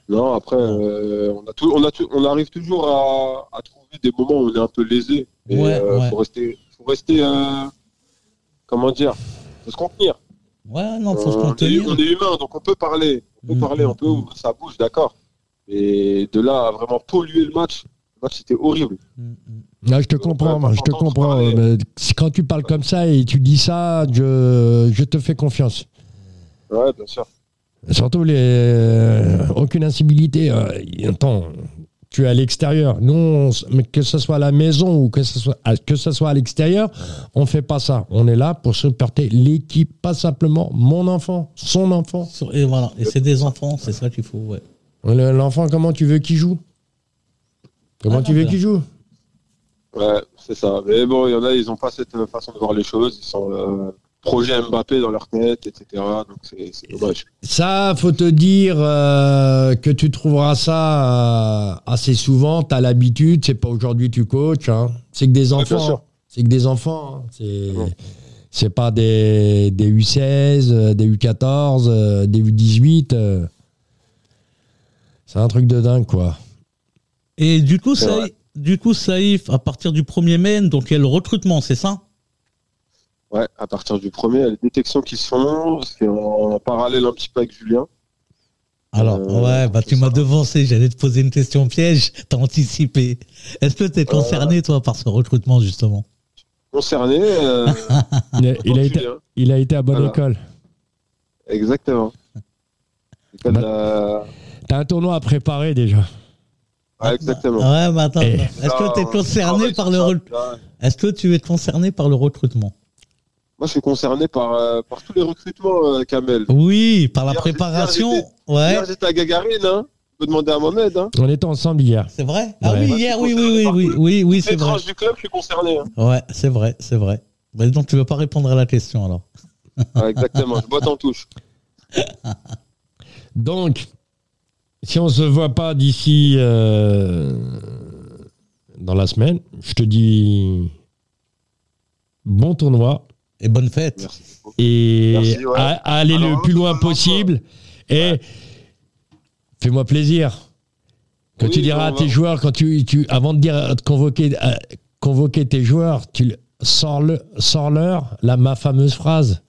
E: Non, après, euh, on, a tout, on, a tout- on arrive toujours à, à trouver des moments où on est un peu lésé. Et,
C: Ouais,
E: euh,
C: ouais.
E: Faut rester, faut rester euh, comment dire, faut se contenir.
C: Ouais, non, faut se
E: Euh, on, est,
C: contenir.
E: on est humain, donc on peut parler, on peut
C: Mm.
E: parler, on peut ouvrir sa bouche, d'accord. Et de là à vraiment polluer le match, le match c'était horrible.
C: Mm, mm.
B: Là, Ah, je te
E: On peut
B: comprends, moi, je te
E: entendre
B: comprends.
E: parler.
B: euh, mais si- quand tu parles comme ça et tu dis ça, je, je te fais confiance.
E: Ouais, bien sûr.
B: Surtout, les, euh, aucune incivilité. euh, et attends, tu es à l'extérieur. Nous, on s- mais que ce soit à la maison ou que ce soit à, que ce soit à l'extérieur, on fait pas ça. On est là pour supporter l'équipe, pas simplement mon enfant, son enfant.
C: Sur- Et voilà, et c'est des enfants, c'est ça qu'il faut, ouais.
B: Le- L'enfant, comment tu veux qu'il joue Comment
C: Ah,
B: tu veux
C: non,
B: qu'il joue
E: Ouais, c'est ça. Mais bon, il y en a, ils ont pas cette euh, façon de voir les choses. Ils sont euh, projet Mbappé dans leur tête, etc. Donc c'est c'est dommage.
B: Ça, faut te dire euh, que tu trouveras ça euh, assez souvent. T'as l'habitude. C'est pas aujourd'hui tu coaches. hein. C'est que des
E: Ouais, bien
B: enfants.
E: sûr. Ah
B: c'est que des enfants. hein. C'est
E: Bon.
B: c'est pas des, des U16, euh, des U14, euh, des U18. euh. C'est un truc de dingue, quoi.
C: Et du coup,
E: C'est
C: ça,
E: vrai.
C: du coup, Saïf, à partir du 1er mai, donc il y a le recrutement, c'est ça
E: Ouais, à partir du premier, les détections qui sont, c'est en, parallèle un petit peu avec Julien.
C: Alors,
E: Euh,
C: ouais, bah
E: c'est
C: tu
E: ça.
C: m'as devancé, j'allais te poser une question piège, t'as anticipé. Est-ce que
E: Euh,
C: t'es concerné, toi, par ce recrutement, justement
E: Concerné, euh,
B: Il a, il a
E: autant
B: été,
E: Julien.
B: il a été à bonne
E: Voilà.
B: école.
E: Exactement. Euh, C'est
B: Bah,
E: pas de la-
B: T'as un tournoi à préparer déjà. ah,
E: Ouais, Ah, exactement.
C: Ah Ouais, mais attends,
B: Eh.
C: est-ce que t'es
E: Là, on
C: concerné
E: travaille
C: par
E: sur
C: le
E: ça.
C: recrutement
E: Là,
C: Est-ce que tu es concerné par le recrutement
E: Moi, je suis concerné par, euh, par tous les recrutements, euh, Kamel.
C: Oui, par la
E: Hier,
C: préparation.
E: j'étais
C: Ouais,
E: Hier, j'étais à Gagarine, hein. Je peux demander à Mohamed, hein.
B: On était ensemble hier.
C: c'est vrai. Ah
B: Ouais.
C: oui,
E: Moi, je
C: hier,
E: suis
C: oui, oui,
E: concerné
C: oui,
E: par
C: oui,
E: tout.
C: oui, oui, c'est
E: Les
C: vrai.
E: tranches du club, je suis concerné. hein.
C: Ouais, c'est vrai, c'est vrai. Bah, donc tu veux pas répondre à la question alors
E: Ouais, exactement. Je boite en touche.
B: Donc, si on se voit pas d'ici euh, dans la semaine, je te dis bon tournoi
C: Et bonne fête.
E: Merci beaucoup.
B: et
E: Merci, ouais.
B: à- à aller
E: Alors,
B: le plus loin
E: vraiment,
B: possible. Et fais-moi plaisir. Quand
E: Oui,
B: tu diras à
E: on va-
B: tes joueurs, quand tu, tu- avant de dire de convoquer, euh, convoquer tes joueurs, tu le- sors-le, sors-leur la ma fameuse phrase.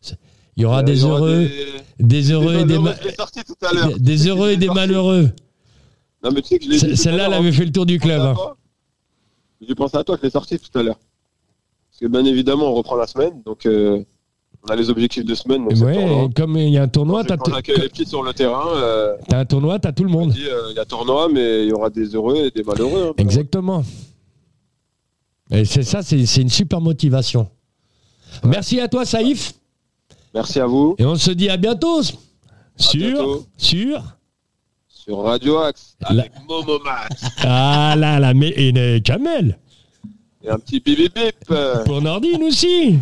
B: C'est- Il y aura
E: Euh, il
B: des
E: y aura
B: heureux,
E: des-
B: des heureux et
E: des
B: des
E: malheureux,
B: ma-
E: je l'ai sorti tout à l'heure.
B: des- des heureux et des malheureux.
E: Non, mais tu sais que je l'ai dit
B: C'est-
E: tout à
B: Celle-là, elle
E: l'heure,
B: avait fait le tour du
E: Je pense
B: club.
E: à
B: hein.
E: toi. J'ai pensé à toi, je l'ai sorti tout à l'heure. Parce que bien évidemment, on reprend la semaine, donc euh, on a les objectifs de semaine. Donc c'est
B: Ouais,
E: le tournoi.
B: et comme il y a un tournoi,
E: Quand
B: t'as
E: quand
B: tout-
E: j'accueille les petits sur le terrain, euh,
B: t'as un tournoi, t'as tout le
E: on
B: monde.
E: dit euh, il y a tournoi, mais il y aura des heureux et des malheureux. hein.
B: Exactement. Et c'est ça, c'est c'est une super motivation. Merci à toi, Saïf.
E: Merci à vous.
B: Et on se dit à bientôt. Sur,
E: bientôt.
B: sur.
E: Sur Radio Axe,
B: La-
E: avec Momo Max.
B: Ah là là, mais et euh, Kamel.
E: Et un petit bip bip bip. euh,
B: Pour Nordine aussi.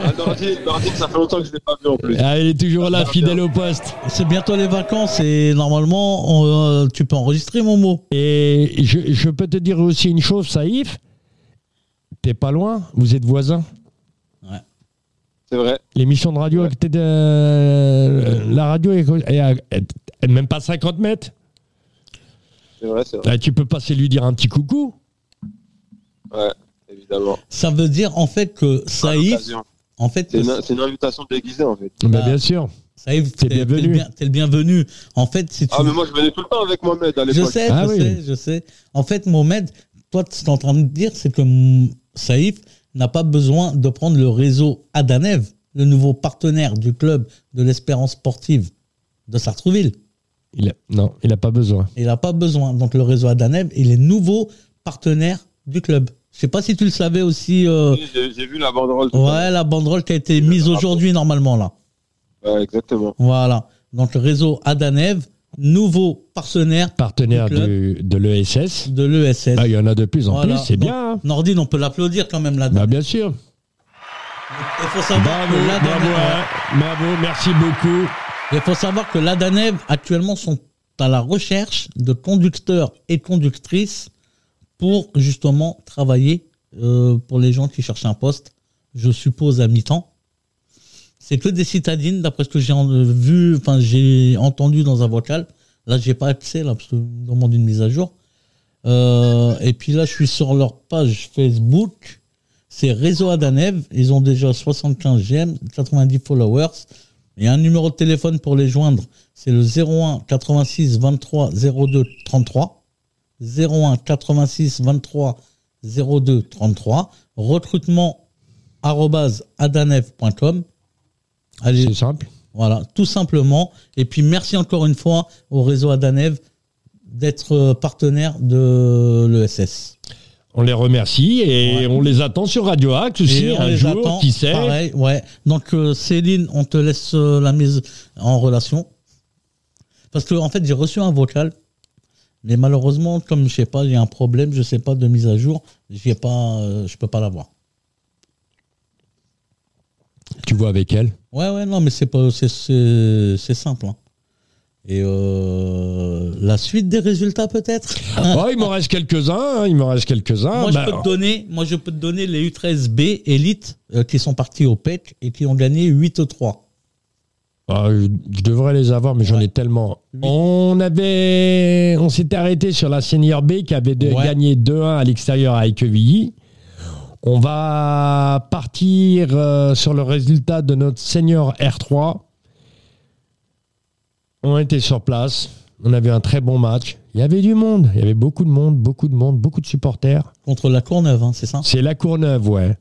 E: à Nordine. Nordine, Ah, ça fait longtemps que je ne l'ai pas vu en plus.
B: Ah, elle est toujours là, fidèle au poste.
C: C'est bientôt les vacances et normalement on, euh, tu peux enregistrer mon mot.
B: Et je, je peux te dire aussi une chose, Saïf. T'es pas loin, vous êtes voisins.
E: C'est vrai.
B: L'émission de radio,
E: Ouais.
B: à côté de- euh, la radio est, est à- est- même pas 50 mètres.
E: C'est vrai, c'est vrai.
B: Bah, tu peux passer lui dire un petit coucou.
E: Ouais, évidemment.
C: Ça veut dire en fait que
B: Ah,
E: À
C: Saïf,
E: Ah, l'occasion.
C: en fait,
E: C'est
C: que
E: une, c'est une invitation déguisée en fait.
B: Bah,
C: Ah.
B: bien sûr.
C: Saïf,
B: T'es
C: t'es t'es le
B: bienvenu.
C: bien- t'es le bienvenu. En fait, si tu
E: Ah, mais moi je venais tout le temps avec Mohamed à
C: Je
E: l'époque.
C: sais,
B: Ah
C: je
B: oui.
C: sais, je sais. En fait, Mohamed, toi, ce que tu en train de dire, c'est que mm, Saïf n'a pas besoin de prendre le réseau Adanev, le nouveau partenaire du club de l'espérance sportive de Sartrouville.
B: Il a- non, il n'a pas besoin.
C: Il n'a pas besoin. Donc, le réseau Adanev, il est nouveau partenaire du club. Je sais pas si tu le savais aussi. euh,
E: Oui, J'ai j'ai vu la banderole. tout à l'heure.
C: ouais, la banderole qui a été mise
E: drapeau.
C: aujourd'hui, normalement, là.
E: Ouais, exactement.
C: Voilà. Donc, le réseau Adanev, nouveau partenaire
B: Partenaire
C: Du club.
B: du- de l'ESS.
C: de l'ESS.
B: Bah, il y en a de plus en
C: Voilà.
B: plus, c'est
C: Donc,
B: bien. hein.
C: Nordine, on peut l'applaudir quand même là.
B: Bah, bien sûr.
C: Il faut savoir
B: Bravo,
C: que la
B: bravo,
C: Danev-
B: hein. bravo, merci beaucoup.
C: Il faut savoir que l'ADANEV actuellement sont à la recherche de conducteurs et conductrices pour justement travailler euh, pour les gens qui cherchent un poste je suppose, à mi-temps. C'est que des citadines, d'après ce que j'ai en- euh, vu, enfin, j'ai entendu dans un vocal. Là, j'ai pas accès, là, parce que je me demande une mise à jour. Euh, et puis là, je suis sur leur page Facebook. C'est Réseau Adanev. Ils ont déjà 75 j'aime, 90 followers. Il y a un numéro de téléphone pour les joindre. C'est le 01 86 23 02 33. 01 86 23 02 33. Recrutement arobase adanev.com. Allez,
B: C'est simple.
C: voilà, tout simplement. Et puis merci encore une fois au réseau Adanev d'être euh, partenaire de l'ESS.
B: On les remercie et
C: Ouais.
B: on les attend sur Radio Axe aussi
C: Et on
B: un
C: les
B: jour,
C: attend,
B: qui sait.
C: Pareil, ouais. Donc euh, Céline, on te laisse euh, la mise en relation. Parce que en fait, j'ai reçu un vocal, mais malheureusement, comme je sais pas, il y a un problème, je sais pas de mise à jour, j'ai pas, euh, je peux pas l'avoir.
B: Tu vois avec elle.
C: Ouais, ouais, non, mais c'est pas, c'est, c'est, c'est simple. hein. Et euh, la suite des résultats peut-être.
B: Oh, il m'en reste quelques-uns. hein, il m'en reste quelques-uns.
C: Ah. moi,
B: Bah,
C: je peux te donner, moi, je peux te donner les U13B Elite euh, qui sont partis au PEC et qui ont gagné 8-3.
B: ah, je je devrais les avoir, mais j'en
C: Ouais.
B: ai tellement.
C: Oui.
B: On avait, on s'était arrêté sur la senior B qui avait de-
C: Ouais.
B: gagné 2-1 à l'extérieur à Equevilly. On va partir euh, sur le résultat de notre senior R3. On était sur place. On avait un très bon match. Il y avait du monde. Il y avait beaucoup de monde, beaucoup de monde, beaucoup de supporters.
C: Contre la Courneuve, hein, c'est ça
B: C'est la Courneuve, ouais.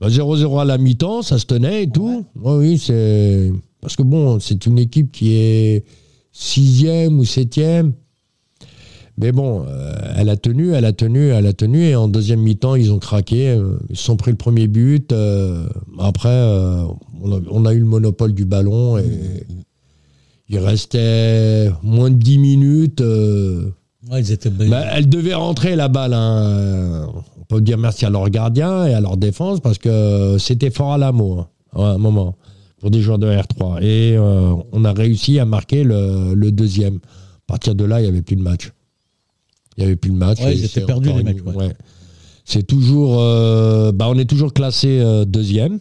B: Bah, 0-0 à la mi-temps, ça se tenait et tout. Ouais, oui, c'est. Parce que bon, c'est une équipe qui est sixième ou septième. Mais bon, euh, elle a tenu, elle a tenu, elle a tenu. Et en deuxième mi-temps, ils ont craqué. euh, Ils se sont pris le premier but. euh, après, euh, on, a, on a eu le monopole du ballon. Et il restait moins de 10 minutes. euh,
C: Ouais, ils étaient
B: bah, elle devait rentrer la balle. hein. Euh, On peut dire merci à leur gardien et à leur défense parce que c'était fort à l'amour hein, à un moment pour des joueurs de R3. Et euh, on a réussi à marquer le, le deuxième. À partir de là, il n'y avait plus de match. Il n'y avait plus de match.
C: Ouais,
B: Et
C: ils étaient
B: c'est
C: perdus,
B: encore
C: les
B: une-
C: mecs, ouais.
B: ouais. C'est toujours. euh, bah, on est toujours classé euh, deuxième.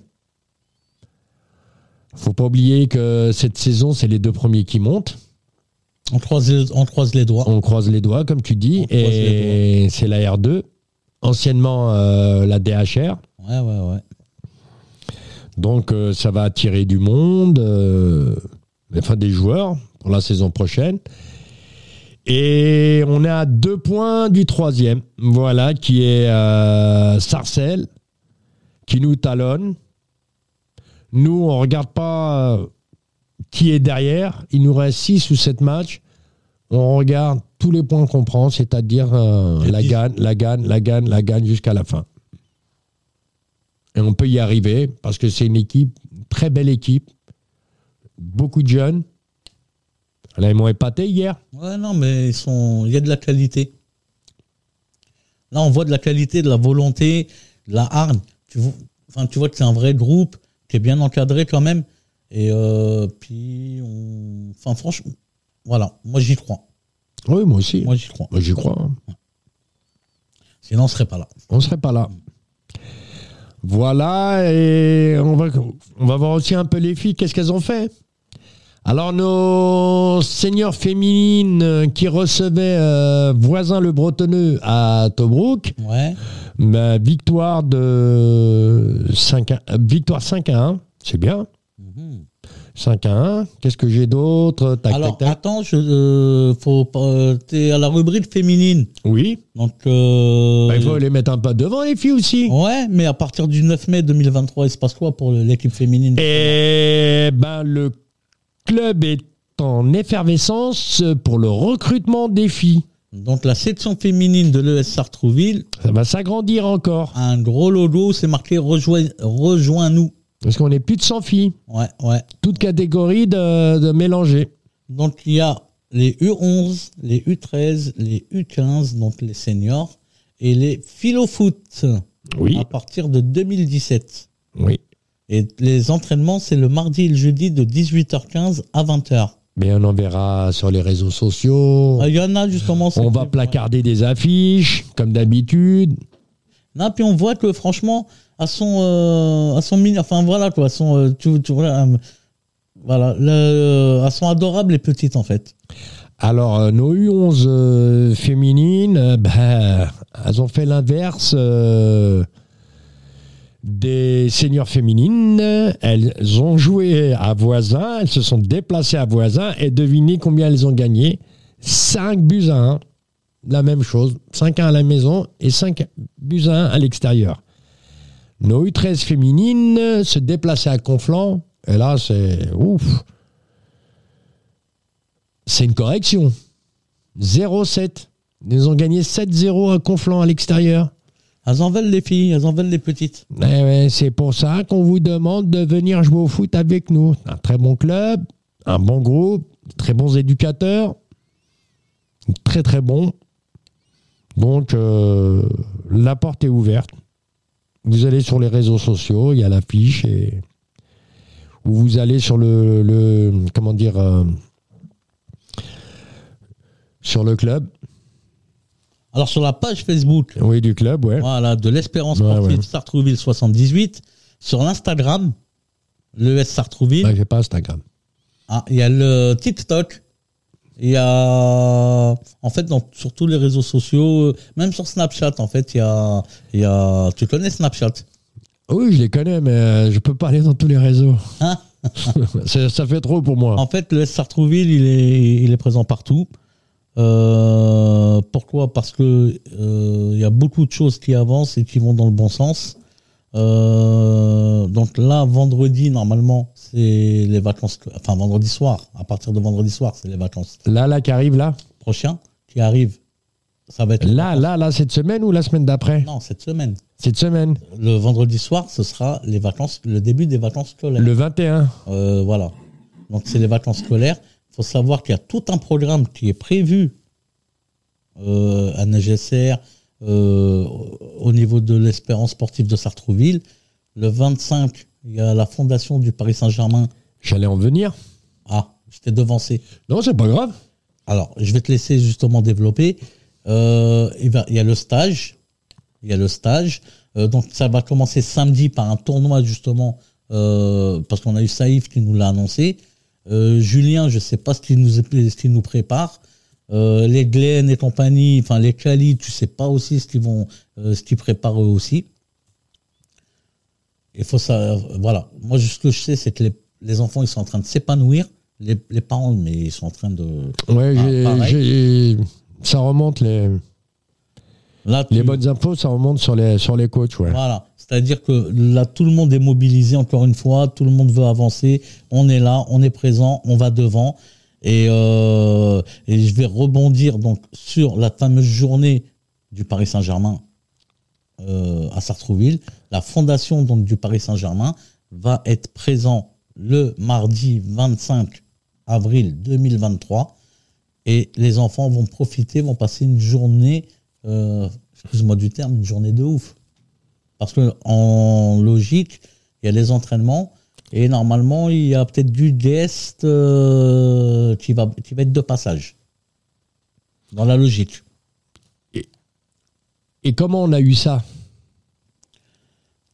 B: Faut pas oublier que cette saison, c'est les deux premiers qui montent.
C: on, croise les, on croise les doigts.
B: On croise les doigts, comme tu dis,
C: On croise
B: et c'est la R2, anciennement euh, la DHR.
C: Ouais, ouais, ouais.
B: Donc euh, ça va attirer du monde, euh, enfin des joueurs pour la saison prochaine. Et on est à deux points du troisième, voilà, qui est euh, Sarcelles, qui nous talonne. Nous, on regarde pas euh, qui est derrière. Il nous reste 6 ou 7 matchs. On regarde tous les points qu'on prend, c'est-à-dire euh,
C: Et
B: la
C: dix-
B: gagne, la gagne, la gagne, la gagne jusqu'à la fin. Et on peut y arriver parce que c'est une équipe, une très belle équipe, beaucoup de jeunes. Là, ils m'ont épaté hier.
C: Ouais, non, mais ils sont, il y a de la qualité. Là, on voit de la qualité, de la volonté, de la hargne. Tu vois, enfin, tu vois que c'est un vrai groupe qui est bien encadré quand même. Et euh, puis, on... enfin, franchement, voilà, moi j'y crois.
B: Oui, moi aussi.
C: Moi j'y crois.
B: Moi, j'y crois. hein.
C: Sinon, on serait pas là.
B: On ne serait pas là. Voilà, et on va, on va voir aussi un peu les filles, qu'est-ce qu'elles ont fait. Alors, nos seniors féminines euh, qui recevaient euh, voisin le Bretonneux à Tobruk,
C: Ouais.
B: bah, victoire, de 5 à, euh, victoire 5 à 1, c'est bien.
C: Mhm.
B: 5 à 1. Qu'est-ce que j'ai d'autre Tac,
C: Alors,
B: tac, tac.
C: attends, je, euh, faut pas, euh, t'es à la rubrique féminine.
B: Oui.
C: Donc, euh,
B: Bah, il faut les mettre un pas devant, les filles aussi.
C: ouais, mais à partir du 9 mai 2023, il se passe quoi pour l'équipe féminine
B: Et ben le club est en effervescence pour le recrutement des filles.
C: Donc la section féminine de l'ES Sartrouville
B: Ça va s'agrandir encore.
C: a un gros logo, c'est marqué rejoins, rejoins-nous.
B: Parce qu'on est plus de 100 filles.
C: Ouais, ouais.
B: Toute catégorie de, de mélangées.
C: Donc il y a les U11, les U13, les U15, donc les seniors, et les philo-foot
B: Oui.
C: à partir de 2017.
B: Oui.
C: Et les entraînements, c'est le mardi et le jeudi de 18h15 à 20h.
B: Mais on en verra sur les réseaux sociaux.
C: Ah, Il y en a justement.
B: Oh. On
C: c'est-
B: va placarder des affiches, comme d'habitude.
C: Non, puis on voit que franchement, à son, euh, à son mignon, enfin voilà quoi, à son, euh, tu, tu- voilà, euh, voilà, le- euh, à son adorable et petite en fait.
B: Alors, euh, nos U11 euh, féminines, euh, ben, elles ont fait l'inverse euh, des seniors féminines. Elles ont joué à Voisin, elles se sont déplacées à Voisin et devinez combien elles ont gagné 5 buts à 1. La même chose, 5 à 1 à la maison et 5 buts à 1 à l'extérieur. Nos U13 féminines se déplaçaient à Conflans et là, c'est ouf c'est une correction. 0-7. Ils ont gagné 7-0 à Conflans à l'extérieur.
C: Elles en veulent les filles, elles en veulent les petites.
B: Eh ouais, c'est pour ça qu'on vous demande de venir jouer au foot avec nous. Un très bon club, un bon groupe, très bons éducateurs, très très bons. Donc euh, la porte est ouverte. Vous allez sur les réseaux sociaux, il y a l'affiche et ou vous allez sur le, le- comment dire euh, sur le club,
C: Alors sur la page Facebook,
B: oui du club, ouais.
C: voilà, de l'Espérance
B: Ouais,
C: sportive
B: ouais.
C: Sartrouville 78, sur l'Instagram, l'ES Sartrouville,
B: Ouais, j'ai pas Instagram.
C: Ah, il y a le TikTok. Il y a, en fait, dans, sur tous les réseaux sociaux, euh, même sur Snapchat, en fait, il y a, il y a, tu connais Snapchat?
B: Ah Oui, je les connais, mais euh, je peux pas aller dans tous les réseaux.
C: Hein
B: ça, ça fait trop pour moi.
C: En fait, le S Sartrouville, il est, il est présent partout. Euh, pourquoi Parce que euh, il y a beaucoup de choses qui avancent et qui vont dans le bon sens. Euh, donc là, vendredi, normalement, c'est les vacances. que- Enfin, vendredi soir, à partir de vendredi soir, c'est les vacances
B: Là, là, qui arrive, là
C: prochain qui arrive. Ça va être
B: Là, là, là, cette semaine ou la semaine d'après
C: Non, cette semaine.
B: Cette semaine,
C: Le vendredi soir, ce sera les vacances, le début des vacances scolaires.
B: le 21.
C: Euh, voilà. Donc c'est les vacances scolaires. Il faut savoir qu'il y a tout un programme qui est prévu euh, à NGSR euh, au niveau de l'espérance sportive de Sartrouville. Le 25, il y a la fondation du Paris Saint-Germain.
B: J'allais en venir.
C: Ah, j'étais devancé.
B: Non, c'est pas grave.
C: Alors, je vais te laisser justement développer. Euh, il, va- il y a le stage. Il y a le stage. Euh, donc, ça va commencer samedi par un tournoi, justement, euh, parce qu'on a eu Saïf qui nous l'a annoncé. Euh, Julien, je sais pas ce qu'il nous, ce qu'il nous prépare. Euh, les Glenn et compagnie, enfin les Cali, tu sais pas aussi ce qu'ils vont, euh, ce qu'ils préparent eux aussi. Il faut ça, voilà. Moi, je- ce que je sais, c'est que les, les enfants, ils sont en train de s'épanouir. Les, les parents, mais ils sont en train de,
B: Ouais,
C: Ah,
B: j'ai-
C: pareil.
B: j'ai- ça remonte, les,
C: Là, tu-
B: les bonnes infos, ça remonte sur les, sur les coachs, ouais.
C: Voilà. C'est-à-dire que là, tout le monde est mobilisé encore une fois, tout le monde veut avancer. On est là, on est présent, on va devant. Et, euh, et je vais rebondir donc sur la fameuse journée du Paris Saint-Germain euh, à Sartrouville. La fondation donc du Paris Saint-Germain va être présent le mardi 25 avril 2023 et les enfants vont profiter, vont passer une journée, euh, excuse-moi du terme, une journée de ouf. Parce que en logique, il y a les entraînements et normalement il y a peut-être du guest euh, qui va qui va être de passage. Dans la logique.
B: Et comment on a eu ça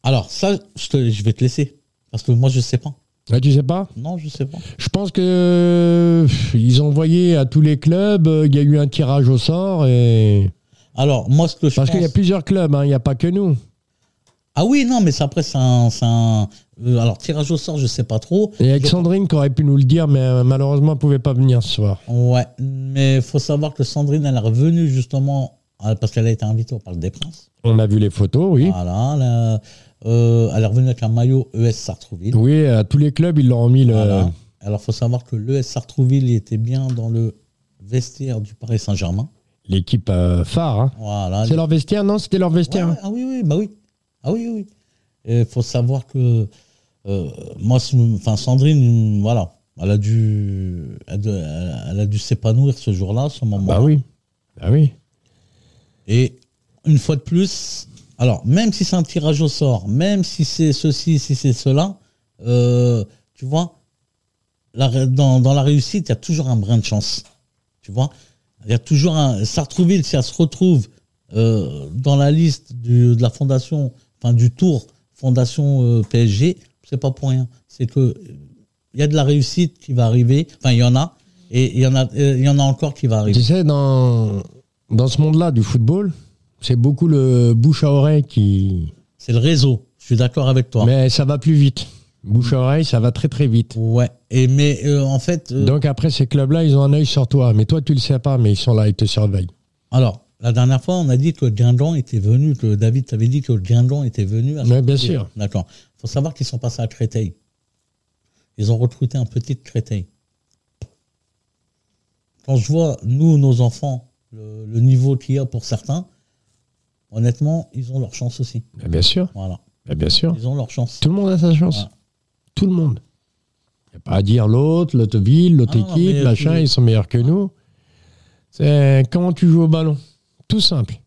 C: Alors ça, je, te- je vais te laisser parce que moi je sais pas.
B: Ah, Tu sais pas
C: Non, je sais pas.
B: Je pense que pff, ils ont envoyé à tous les clubs, euh, il y a eu un tirage au sort et...
C: Alors moi ce que je
B: Parce
C: pense.
B: qu'il y a plusieurs clubs, hein, il n'y a pas que nous.
C: Ah oui non mais ça après c'est un, c'est un- euh, alors tirage au sort je sais pas trop.
B: Et Alexandrine qui aurait pu nous le dire, mais euh, malheureusement, elle pouvait pas venir ce soir.
C: Ouais mais faut savoir que Sandrine elle est revenue justement ah, parce qu'elle a été invitée au Parc des Princes.
B: On a vu les photos, oui.
C: Voilà. là, euh, elle est revenue avec un maillot ES Sartrouville.
B: Oui, à tous les clubs, ils leur ont mis le.
C: Voilà. Alors, faut savoir que l'ES Sartrouville il était bien dans le vestiaire du Paris Saint-Germain.
B: l'équipe euh, phare. hein.
C: Voilà.
B: C'est leur vestiaire Non, c'était leur
C: Ouais,
B: vestiaire. hein.
C: ouais, ah oui, oui, bah oui. Ah oui, oui. Il faut savoir que euh, moi, ce- enfin Sandrine, voilà, elle a dû, elle, de- elle a dû s'épanouir ce jour-là, ce moment.
B: Bah oui. Bah oui.
C: Et une fois de plus, alors même si c'est un tirage au sort, même si c'est ceci, si c'est cela, euh, tu vois, la ré- dans, dans la réussite, il y a toujours un brin de chance. Tu vois, il y a toujours un. Sartrouville, si elle se retrouve euh, dans la liste du- de la fondation, enfin du tour Fondation euh, PSG, c'est pas pour rien. C'est que il y a de la réussite qui va arriver. Enfin, il y en a. Et il y en a, euh, il y en a encore qui va
B: Tu
C: arriver.
B: sais, dans, dans ce monde-là du football, c'est beaucoup le bouche à oreille qui.
C: C'est le réseau. Je suis d'accord avec toi.
B: Mais ça va plus vite. Bouche à oreille, ça va très très vite.
C: Ouais. Et mais euh, en fait, euh,
B: Donc après, ces clubs-là, ils ont un œil sur toi. Mais toi, tu le sais pas, mais ils sont là, ils te surveillent.
C: alors la dernière fois, on a dit que Guingamp était venu. Que David t'avait dit que Guingamp était venu. À
B: Ouais, bien sûr.
C: D'accord. Faut savoir qu'ils sont passés à Créteil. Ils ont recruté un petit de Créteil. Quand je vois nous, nos enfants, le, le niveau qu'il y a pour certains, honnêtement, ils ont leur chance aussi.
B: Mais bien sûr,
C: Voilà.
B: mais bien sûr.
C: Ils ont leur chance.
B: Tout le monde a sa chance.
C: Voilà.
B: Tout le monde. Il a pas à dire l'autre, l'autre ville, l'autre
C: Ah non,
B: équipe,
C: mais,
B: machin,
C: euh,
B: ils sont meilleurs que nous. C'est comment tu joues au ballon. Tout simple.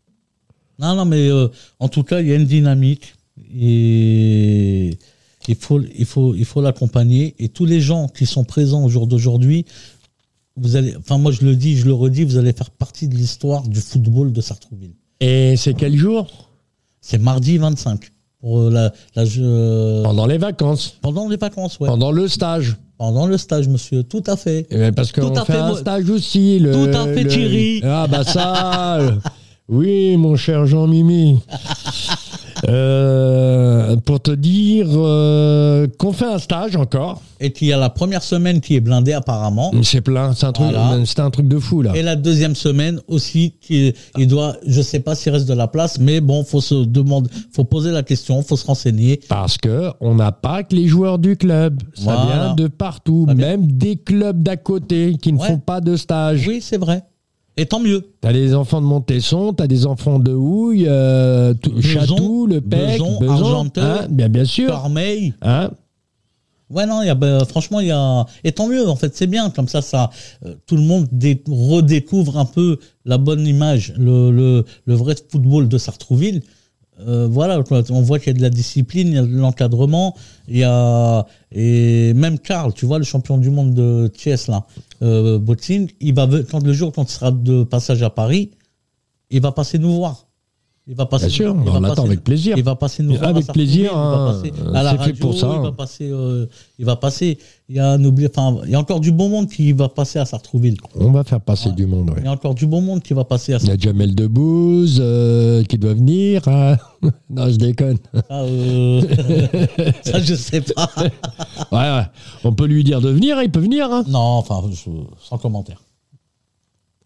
C: Non, non, mais euh, en tout cas, il y a une dynamique et il faut, il faut, il faut l'accompagner. Et tous les gens qui sont présents au jour d'aujourd'hui, vous allez, enfin moi je le dis, je le redis, vous allez faire partie de l'histoire du football de Sartrouville.
B: Et c'est quel jour
C: C'est mardi 25 pour euh, la, la je- euh,
B: Pendant les vacances,
C: pendant les vacances, ouais.
B: pendant le stage.
C: Pendant le stage, monsieur, tout à fait.
B: Eh ben, parce
C: Tout
B: qu'on
C: à
B: fait,
C: fait,
B: un
C: moi-
B: stage aussi. Le,
C: Tout à fait,
B: le-
C: Thierry.
B: Ah bah ça. euh, oui, mon cher Jean-Mimi. Euh, pour te dire euh, qu'on fait un stage encore.
C: Et qu'il y a la première semaine qui est blindée apparemment.
B: C'est plein, c'est un truc,
C: Voilà.
B: c'est un truc de fou là.
C: Et la deuxième semaine aussi, qui- il doit, je sais pas s'il reste de la place, mais bon, faut se demander, faut poser la question, faut se renseigner.
B: Parce que on n'a pas que les joueurs du club. Ça
C: Voilà.
B: vient de partout,
C: Ça vient-
B: même des clubs d'à côté qui ne
C: Ouais.
B: font pas de stage.
C: Oui, c'est vrai. Et tant mieux.
B: T'as les enfants de Montesson, t'as des enfants de Houille, euh, tout-
C: Beson,
B: Chatou, Le Pec,
C: Beson,
B: Beson,
C: Argenteuil,
B: hein, bien, bien sûr.
C: Cormeil.
B: Hein,
C: Ouais, non, il y a, bah, franchement, il y a, et tant mieux, en fait, c'est bien. Comme ça, ça, euh, tout le monde dé- redécouvre un peu la bonne image, le, le, le vrai football de Sartrouville. Euh, voilà, quoi. on voit qu'il y a de la discipline, il y a de l'encadrement, il y a, et même Karl, tu vois, le champion du monde de Chess, là, euh, boxing, il va, ve- quand le jour, quand il sera de passage à Paris, il va passer nous voir. Il va passer,
B: bien sûr,
C: il va
B: on l'attend
C: passer-
B: avec plaisir.
C: il va passer nous
B: Mais
C: voir à
B: avec
C: Sartrouville,
B: plaisir,
C: il va
B: hein.
C: passer
B: Euh,
C: à la
B: c'est fait
C: radio,
B: pour ça,
C: Il va
B: hein.
C: passer. euh, il va passer. Il y a un oubli- Enfin, il y a encore du bon monde qui va passer à Sartrouville.
B: On va faire passer
C: Ouais.
B: du monde,
C: Il
B: ouais.
C: y a encore du bon monde qui va passer à
B: Il y
C: Sartrouville.
B: a Jamel Debbouze euh, qui doit venir. hein. non, je déconne.
C: Ça, euh, ça, je sais pas.
B: Ouais, ouais. On peut lui dire de venir, il peut venir. hein.
C: Non, enfin, je- sans commentaire.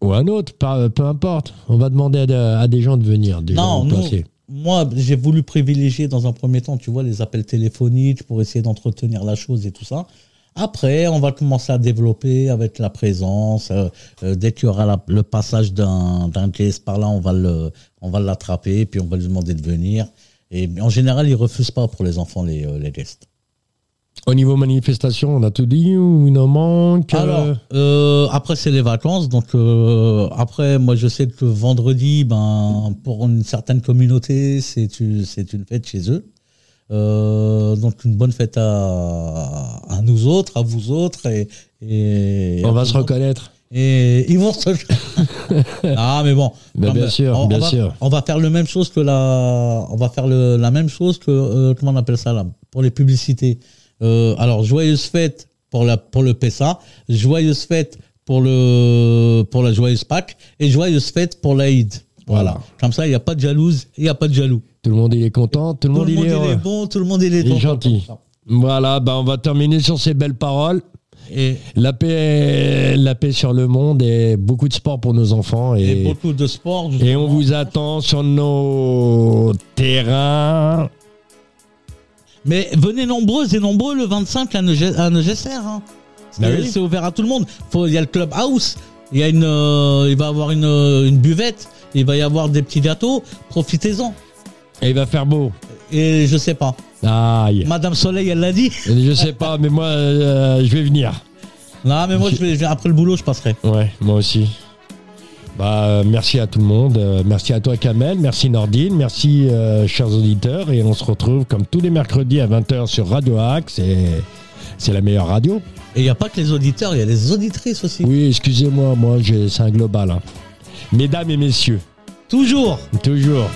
B: Ou un autre, pas- peu importe. On va demander à, de- à des gens de venir. Des
C: Non,
B: gens
C: nous,
B: placés.
C: moi, j'ai voulu privilégier dans un premier temps, tu vois, les appels téléphoniques pour essayer d'entretenir la chose et tout ça. Après, on va commencer à développer avec la présence. euh, euh, dès qu'il y aura la- le passage d'un d'un case par là, on va le, on va l'attraper, puis on va lui demander de venir. Et en général, ils refusent pas pour les enfants les, euh, les guests.
B: Au niveau manifestation, on a tout dit ou il en manque euh,
C: Alors, euh, après, c'est les vacances. Donc, euh, après, moi, je sais que vendredi, ben, pour une certaine communauté, c'est une, c'est une fête chez eux. Euh, donc, une bonne fête à, à nous autres, à vous autres. Et, et
B: on va se reconnaître.
C: Et ils vont se. ah, mais bon.
B: Ben,
C: Non,
B: bien
C: mais
B: sûr,
C: on, on
B: bien
C: va,
B: sûr.
C: On va faire le même chose que la. On va faire le, la même chose que. euh, comment on appelle ça là Pour les publicités. Euh, alors, joyeuse fête pour, la, pour le PSA, joyeuse fête pour, le, pour la joyeuse Pâques et joyeuse fête pour l'Aïd.
B: Voilà.
C: Comme ça, il n'y a pas de jalouse, il n'y a pas de jaloux.
B: Tout le monde il est content, tout le monde il est
C: il est
B: heureux.
C: bon, tout le monde il est
B: Il est
C: bon.
B: gentil. Voilà, bah on va terminer sur ces belles paroles.
C: Et,
B: La paix, la paix sur le monde et beaucoup de sport pour nos enfants.
C: et
B: Et,
C: beaucoup de sport.
B: et on
C: justement.
B: vous attend sur nos terrains.
C: Mais venez nombreuses et nombreux le 25 à Neuge- à Neugesser. Hein. C'est
B: Bah oui.
C: c'est ouvert à tout le monde. Faut- Il y a le club house. Il y a une, euh, il va y avoir une, euh, une buvette. Il va y avoir des petits gâteaux. Profitez-en.
B: Et il va faire beau.
C: Et je sais pas.
B: Aïe.
C: Madame Soleil, elle l'a dit.
B: Je sais pas, mais moi, euh, je vais venir.
C: Non, mais moi, je vais, je vais- après le boulot, je passerai.
B: Ouais, moi aussi. Bah, euh, merci à tout le monde. Euh, Merci à toi, Kamel. Merci, Nordine. Merci, euh, chers auditeurs. Et on se retrouve comme tous les mercredis à 20h sur Radio Axe. Et c'est la meilleure radio.
C: Et il n'y a pas que les auditeurs, il y a les auditrices aussi.
B: Oui, excusez-moi, moi, j'ai- c'est un global. hein. Mesdames et messieurs,
C: Toujours.
B: toujours.